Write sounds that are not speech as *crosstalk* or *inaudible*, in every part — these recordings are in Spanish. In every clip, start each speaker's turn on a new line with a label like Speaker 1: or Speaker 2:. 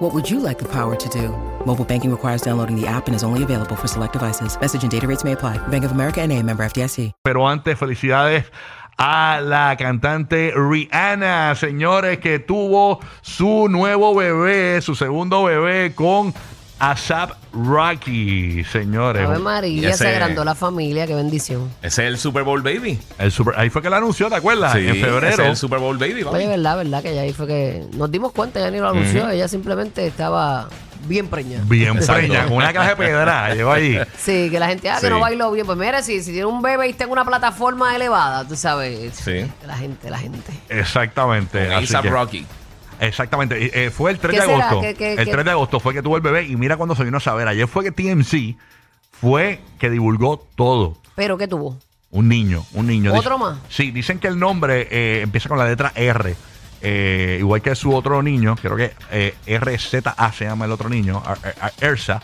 Speaker 1: What would you like the power to do? Mobile banking requires downloading the app and is only available for select devices. Message and data rates may apply. Bank of America and a member FDIC.
Speaker 2: Pero antes, felicidades a la cantante Rihanna, señores, que tuvo su nuevo bebé, su segundo bebé con ASAP Rocky, señores.
Speaker 3: Ave María,
Speaker 4: Ese-
Speaker 3: se agrandó la familia, qué bendición.
Speaker 4: Ese es el Super Bowl Baby.
Speaker 2: El Super- ahí fue que la anunció, ¿te acuerdas? Ah, en
Speaker 4: ese
Speaker 2: febrero.
Speaker 4: es el Super Bowl Baby, papi.
Speaker 3: Oye, verdad, verdad, que ya ahí fue que nos dimos cuenta, ya ni lo anunció, ella simplemente estaba bien preñada.
Speaker 2: Bien
Speaker 4: Exacto.
Speaker 2: preña, con una caja de pedra, llegó ahí.
Speaker 3: Sí, que la gente, ah, que
Speaker 4: Sí.
Speaker 3: no bailó bien. Pues mira, si, si tiene un bebé y está en una plataforma elevada, tú sabes.
Speaker 4: Sí.
Speaker 3: La gente, la gente. Pues,
Speaker 2: Exactamente. así
Speaker 4: ASAP
Speaker 2: que-
Speaker 4: Rocky.
Speaker 2: Exactamente. Y, eh, fue el 3 de
Speaker 3: ¿Qué será?
Speaker 2: agosto.
Speaker 3: ¿Qué- qué-
Speaker 2: el
Speaker 3: qué-
Speaker 2: 3 de agosto fue que tuvo el bebé y mira cuando se vino a saber. Ayer fue que TMC fue que divulgó todo.
Speaker 3: Pero, ¿qué tuvo?
Speaker 2: Un niño, un niño.
Speaker 3: ¿Otro
Speaker 2: Dice-
Speaker 3: más?
Speaker 2: Sí, dicen que el nombre eh, empieza con la letra R. Eh, igual que su otro niño, creo que eh, RZA se llama el otro niño, Ar- Ar- Ar- Ersa.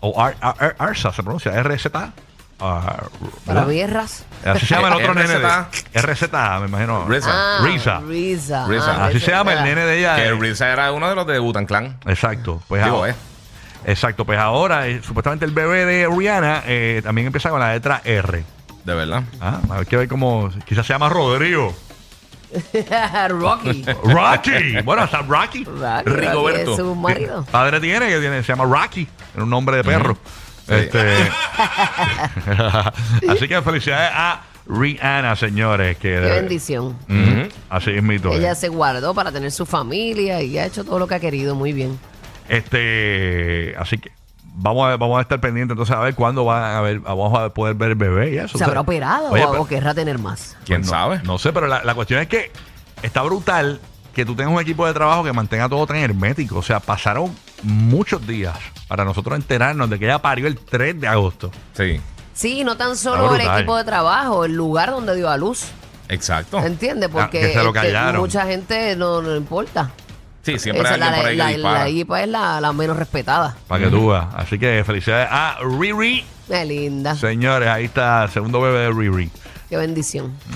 Speaker 2: O Ar- Ar- Ar- Arsa se pronuncia, RZA. Ah,
Speaker 3: Para
Speaker 2: ¿verdad?
Speaker 3: vierras.
Speaker 2: Así se llama el
Speaker 4: *laughs*
Speaker 2: otro nene.
Speaker 4: RZA.
Speaker 2: de- RZA, me imagino.
Speaker 4: Reza.
Speaker 3: Ah,
Speaker 2: Risa.
Speaker 3: Risa.
Speaker 4: Risa.
Speaker 3: Ah,
Speaker 2: Así
Speaker 3: Risa,
Speaker 2: se llama el
Speaker 3: ¿verdad?
Speaker 2: nene de ella.
Speaker 4: Que
Speaker 2: eh.
Speaker 4: Risa era uno de los de Butan Clan.
Speaker 2: Exacto. Pues
Speaker 4: Digo,
Speaker 2: ahora-
Speaker 4: eh.
Speaker 2: Exacto, pues ahora eh, supuestamente el bebé de Rihanna eh, también empieza con la letra R.
Speaker 4: De verdad.
Speaker 2: Ah, hay que ver cómo quizás se llama Rodrigo.
Speaker 3: *laughs* Rocky.
Speaker 2: Rocky. bueno, hasta *laughs* Rocky.
Speaker 3: Rocky,
Speaker 4: Rigoberto.
Speaker 3: Rocky es su marido.
Speaker 2: Sí, Padre tiene que tiene, se llama Rocky, era un nombre de perro.
Speaker 4: Sí. *laughs*
Speaker 2: Este, *laughs* así que felicidades a Rihanna, señores. Que
Speaker 3: Qué bendición.
Speaker 2: Ujú, Así es mi
Speaker 3: Ella se guardó para tener su familia y ha hecho todo lo que ha querido muy bien.
Speaker 2: Este, así que vamos a, vamos a estar pendientes entonces a ver cuándo va a ver, vamos a poder ver el bebé y eso.
Speaker 3: ¿Se habrá
Speaker 2: O sea,
Speaker 3: operado
Speaker 2: oye,
Speaker 3: o,
Speaker 2: pero-
Speaker 3: o querrá tener más?
Speaker 4: ¿Quién
Speaker 2: Pues no-
Speaker 4: sabe?
Speaker 2: No sé, pero la, la cuestión es que está brutal que tú tengas un equipo de trabajo que mantenga todo tan hermético. O sea, pasaron muchos días para nosotros enterarnos de que ella parió el 3 de agosto.
Speaker 4: Sí.
Speaker 3: Sí, no tan
Speaker 2: Está
Speaker 3: solo el
Speaker 2: brutal.
Speaker 3: equipo de trabajo, el lugar donde dio a luz.
Speaker 4: Exacto.
Speaker 3: ¿Entiendes?
Speaker 2: Ah,
Speaker 3: Porque
Speaker 2: que se lo
Speaker 3: este,
Speaker 2: callaron.
Speaker 3: mucha gente no, no le importa.
Speaker 4: Sí, siempre
Speaker 3: Esa
Speaker 4: hay alguien
Speaker 3: la,
Speaker 4: por ahí
Speaker 3: la-
Speaker 4: que dispara.
Speaker 3: la IPA es la, la menos respetada.
Speaker 2: Para que tú veas. Así que felicidades a Riri.
Speaker 3: Qué linda.
Speaker 2: Señores, ahí está el segundo bebé de Riri.
Speaker 3: Qué bendición.